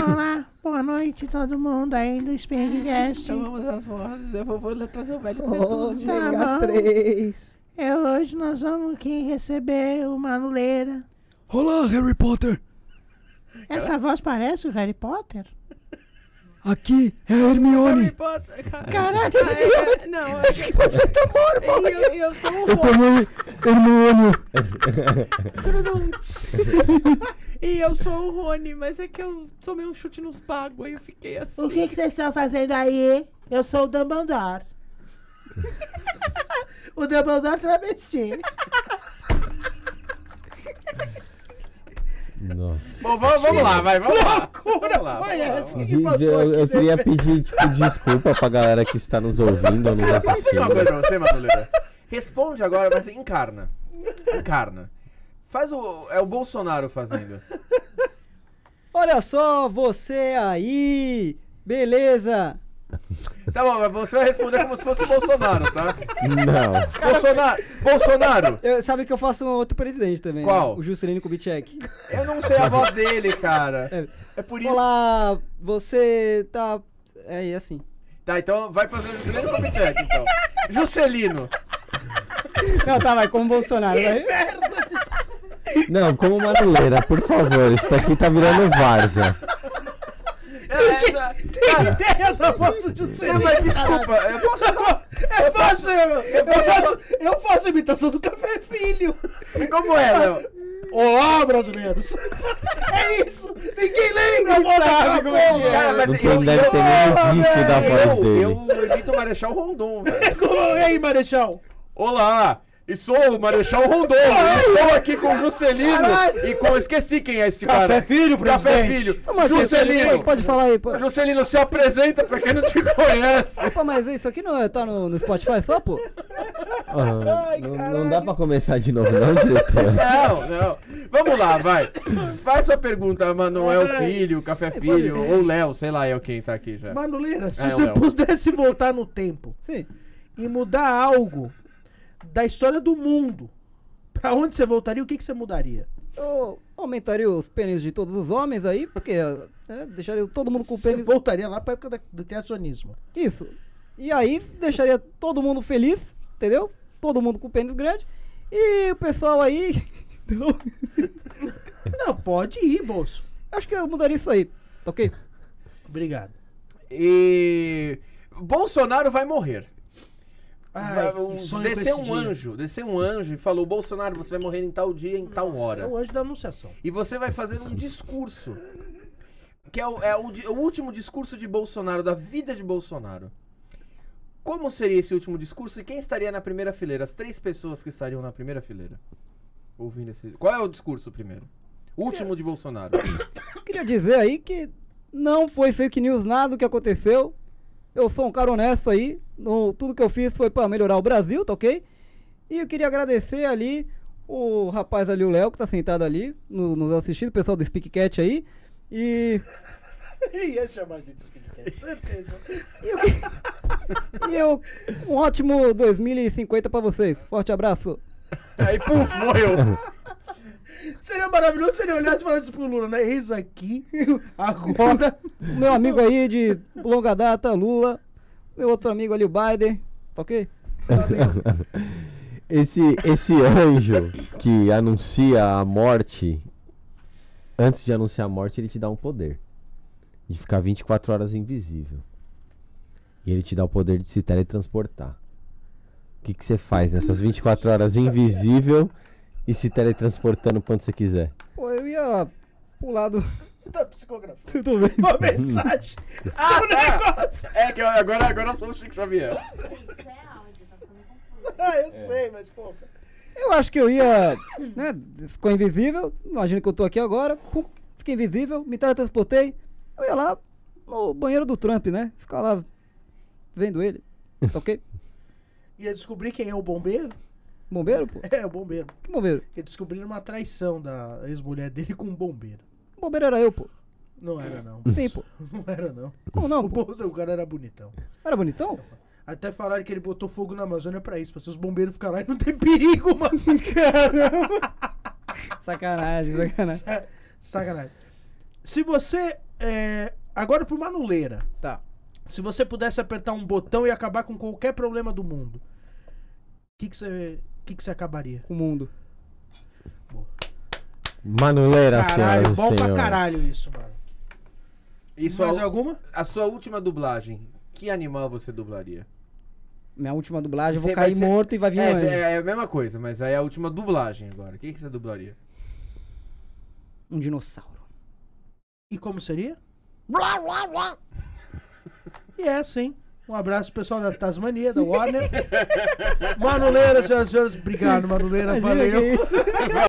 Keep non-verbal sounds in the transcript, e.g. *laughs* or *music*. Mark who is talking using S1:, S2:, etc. S1: Olá, boa noite todo mundo aí do Spengcast.
S2: Então Vamos às vozes. Eu vou, vou trazer o velho
S1: tá
S2: tudo.
S1: bom.
S3: Ômega 3.
S1: É, hoje nós vamos aqui receber o Manuleira.
S4: Olá, Harry Potter!
S1: Essa voz parece o Harry Potter?
S4: Aqui é a Hermione!
S2: Harry Potter, cara.
S1: Caralho,
S2: Ah, é,
S1: *laughs*
S2: não, acho que
S1: você tomou, um irmão.
S2: eu, eu sou um
S4: Eu
S2: robô.
S4: tomei Hermione!
S2: Trudum. *laughs* E eu sou o Rony, mas é que eu tomei um chute nos bagos, aí eu fiquei assim.
S1: O que, que vocês estão fazendo aí? Eu sou o Dumbledore. o Dumbledore travesti.
S5: Nossa.
S6: Bom, vamos, vamos lá, vai, vamos lá. Vamos lá,
S1: Foi
S6: vamos lá,
S1: essa
S6: vamos lá.
S1: que passou
S5: Gente, eu, eu
S1: aqui, né?
S5: queria pedir tipo, desculpa pra galera que está nos ouvindo ou nos
S6: Posso pedir uma coisa
S5: assistindo.
S6: pra você, Madureira? Responde agora, mas encarna. Encarna. Faz o. É o Bolsonaro fazendo.
S3: Olha só você aí. Beleza.
S6: Tá bom, mas você vai responder como se fosse o Bolsonaro, tá?
S5: Não.
S6: Bolsonaro! Bolsonaro!
S3: Eu, sabe que eu faço um outro presidente também. né?
S6: Qual?
S3: O Juscelino
S4: *laughs*
S3: Kubitschek.
S6: Eu não sei a voz dele, cara.
S3: É.
S6: É por isso.
S3: Olá, você tá... É assim.
S6: Tá, então vai fazer o Juscelino Kubitschek, então. Juscelino!
S3: Não, tá, vai, como Bolsonaro. vai.
S5: Não, como manuleira, por favor. Isso daqui tá virando várzea.
S6: É, é, tá- cara, é, mas desculpa, eu posso só. Eu posso. Eu posso só.
S7: Eu faço a imitação do café, filho!
S6: Como é, Léo?
S7: Olá, brasileiros! *laughs* é isso! Ninguém lembra!
S3: Não
S7: porra,
S3: sabe como é que é.
S6: Cara, mas
S5: Não
S6: eu,
S5: tem, deve
S6: eu,
S5: ter nem o registro da
S6: eu,
S5: voz dele.
S6: eu evito o Marechal Rondon, velho.
S7: Como é aí, Marechal?
S6: Olá! E sou o Marechal Rondon! Estou aqui com o Juscelino e com. Esqueci quem é esse cara.
S7: Café filho,
S6: Café
S7: presidente.
S6: Filho!
S3: Mas,
S6: Juscelino!
S3: Pode falar aí. Pô.
S6: Juscelino, se apresenta pra quem não te *laughs* conhece!
S3: Opa, mas isso aqui não é- tá no, no Spotify só, pô?
S5: Ah, não, não dá pra começar de novo, não, diretor?
S6: Não, não. Vamos lá, vai. Faz sua pergunta, Manoel Filho, Café Filho, ou Léo, sei lá é quem tá aqui já.
S7: Manuleira, se
S6: É,
S7: você
S6: Léo.
S7: pudesse voltar no tempo
S3: Sim.
S7: e mudar algo da história do mundo, pra onde você voltaria, o que, que você mudaria?
S3: Eu aumentaria os pênis de todos os homens aí, porque né, deixaria todo mundo com o
S7: Você
S3: pênis.
S7: voltaria lá pra época da-
S6: *laughs*
S7: do criacionismo.
S3: Isso. E aí deixaria todo mundo feliz, entendeu? Todo mundo com o pênis grande. E o pessoal aí. *laughs* Não,
S7: Não, pode ir, bolso.
S3: acho que eu mudaria isso aí. Tá ok?
S7: Obrigado.
S6: E. Bolsonaro vai morrer.
S7: Ai,
S6: Vai- um-
S7: que sonho com
S6: desceu
S7: esse
S6: um
S7: dia.
S6: anjo, desceu um anjo e falou: Bolsonaro, você vai morrer em tal dia, em tal
S7: É
S6: hora.
S7: o anjo da anunciação.
S6: E você vai fazer um discurso. Que é o, é o di- o último discurso de Bolsonaro, da vida de Bolsonaro. Como seria esse último discurso e quem estaria na primeira fileira? As três pessoas que estariam na primeira fileira. Ouvindo esse. Qual é o discurso primeiro? O último de Bolsonaro.
S3: Eu queria dizer aí que não foi fake news nada o que aconteceu. Eu sou um cara honesto aí. No- tudo que eu fiz foi pra melhorar o Brasil, tá ok? E eu queria agradecer ali o rapaz ali, o Léo, que tá sentado ali, no- nos assistindo, o pessoal do Speak Cat aí.
S7: *laughs*
S3: E
S7: ia chamar de despedida, certeza.
S3: E eu, um ótimo 2050 pra vocês. Forte abraço.
S6: *laughs* Aí, puf, morreu.
S7: Seria maravilhoso se ele olhasse e falasse pro Lula, né?
S6: *laughs*
S7: Eis aqui, agora.
S3: Meu amigo aí de longa data, Lula. Meu outro amigo ali, o Biden. Tá ok?
S5: *laughs* Esse, esse anjo que anuncia a morte, antes de anunciar a morte, ele te dá um poder. De ficar 24 horas invisível. E ele te dá o poder de se teletransportar. O que que você faz nessas 24 horas invisível e se teletransportando quando você quiser?
S3: Pô, eu ia pular do. *laughs*
S7: Tá psicografando
S3: Tudo bem.
S7: uma
S6: *laughs*
S7: mensagem.
S6: Ah, tá. É que eu- agora, agora eu sou o Chico Xavier.
S8: Isso é áudio, tá ficando confuso.
S7: Ah, eu sei, mas pô.
S3: Eu acho que eu ia. Né, ficou invisível. Imagina que eu tô aqui agora. Pum, fiquei invisível. Me teletransportei. Eu ia lá no banheiro do Trump, né? Ficar lá vendo ele. Tá ok?
S7: Ia descobrir quem é o bombeiro?
S3: Bombeiro, pô?
S7: É, o bombeiro.
S3: Que bombeiro?
S7: Porque descobriram uma traição da ex-mulher dele com um bombeiro.
S3: Bombeiro era eu, pô.
S7: Não era, não.
S3: *laughs* Sim, pô.
S7: *laughs* Não era, não.
S3: Como
S7: O,
S3: não? Pô?
S7: Bolso, o cara era bonitão.
S3: Era bonitão?
S7: Até falaram que ele botou fogo na Amazônia pra isso, pra se os bombeiros ficarem lá e não tem *laughs* perigo, mano. Caramba. *laughs*
S3: Sacanagem, sacanagem.
S7: Sacanagem. Se você É, agora pro Manuleira.
S6: Tá.
S7: Se você pudesse apertar um botão e acabar com qualquer problema do mundo, o que que você que que você acabaria?
S3: com o mundo.
S5: Manuleira,
S7: Caralho,
S5: senhoras e
S7: bom pra
S5: senhores.
S7: caralho isso, mano.
S6: Isso
S7: Mais
S6: a-
S7: alguma?
S6: a sua última dublagem. Que animal você dublaria?
S3: Minha última dublagem, eu
S6: Você
S3: vou
S6: vai
S3: cair
S6: ser-
S3: morto e vai vir um
S6: É,
S3: anjo.
S6: é, a mesma coisa, mas aí é a última dublagem agora. O que, que você dublaria?
S3: Um dinossauro.
S7: E como seria? E é, sim. Um abraço pro pessoal da Tasmania, da Warner. Manuleira, senhoras e senhores, obrigado, Manuleira.
S3: Imagina
S7: Valeu.
S3: que é isso.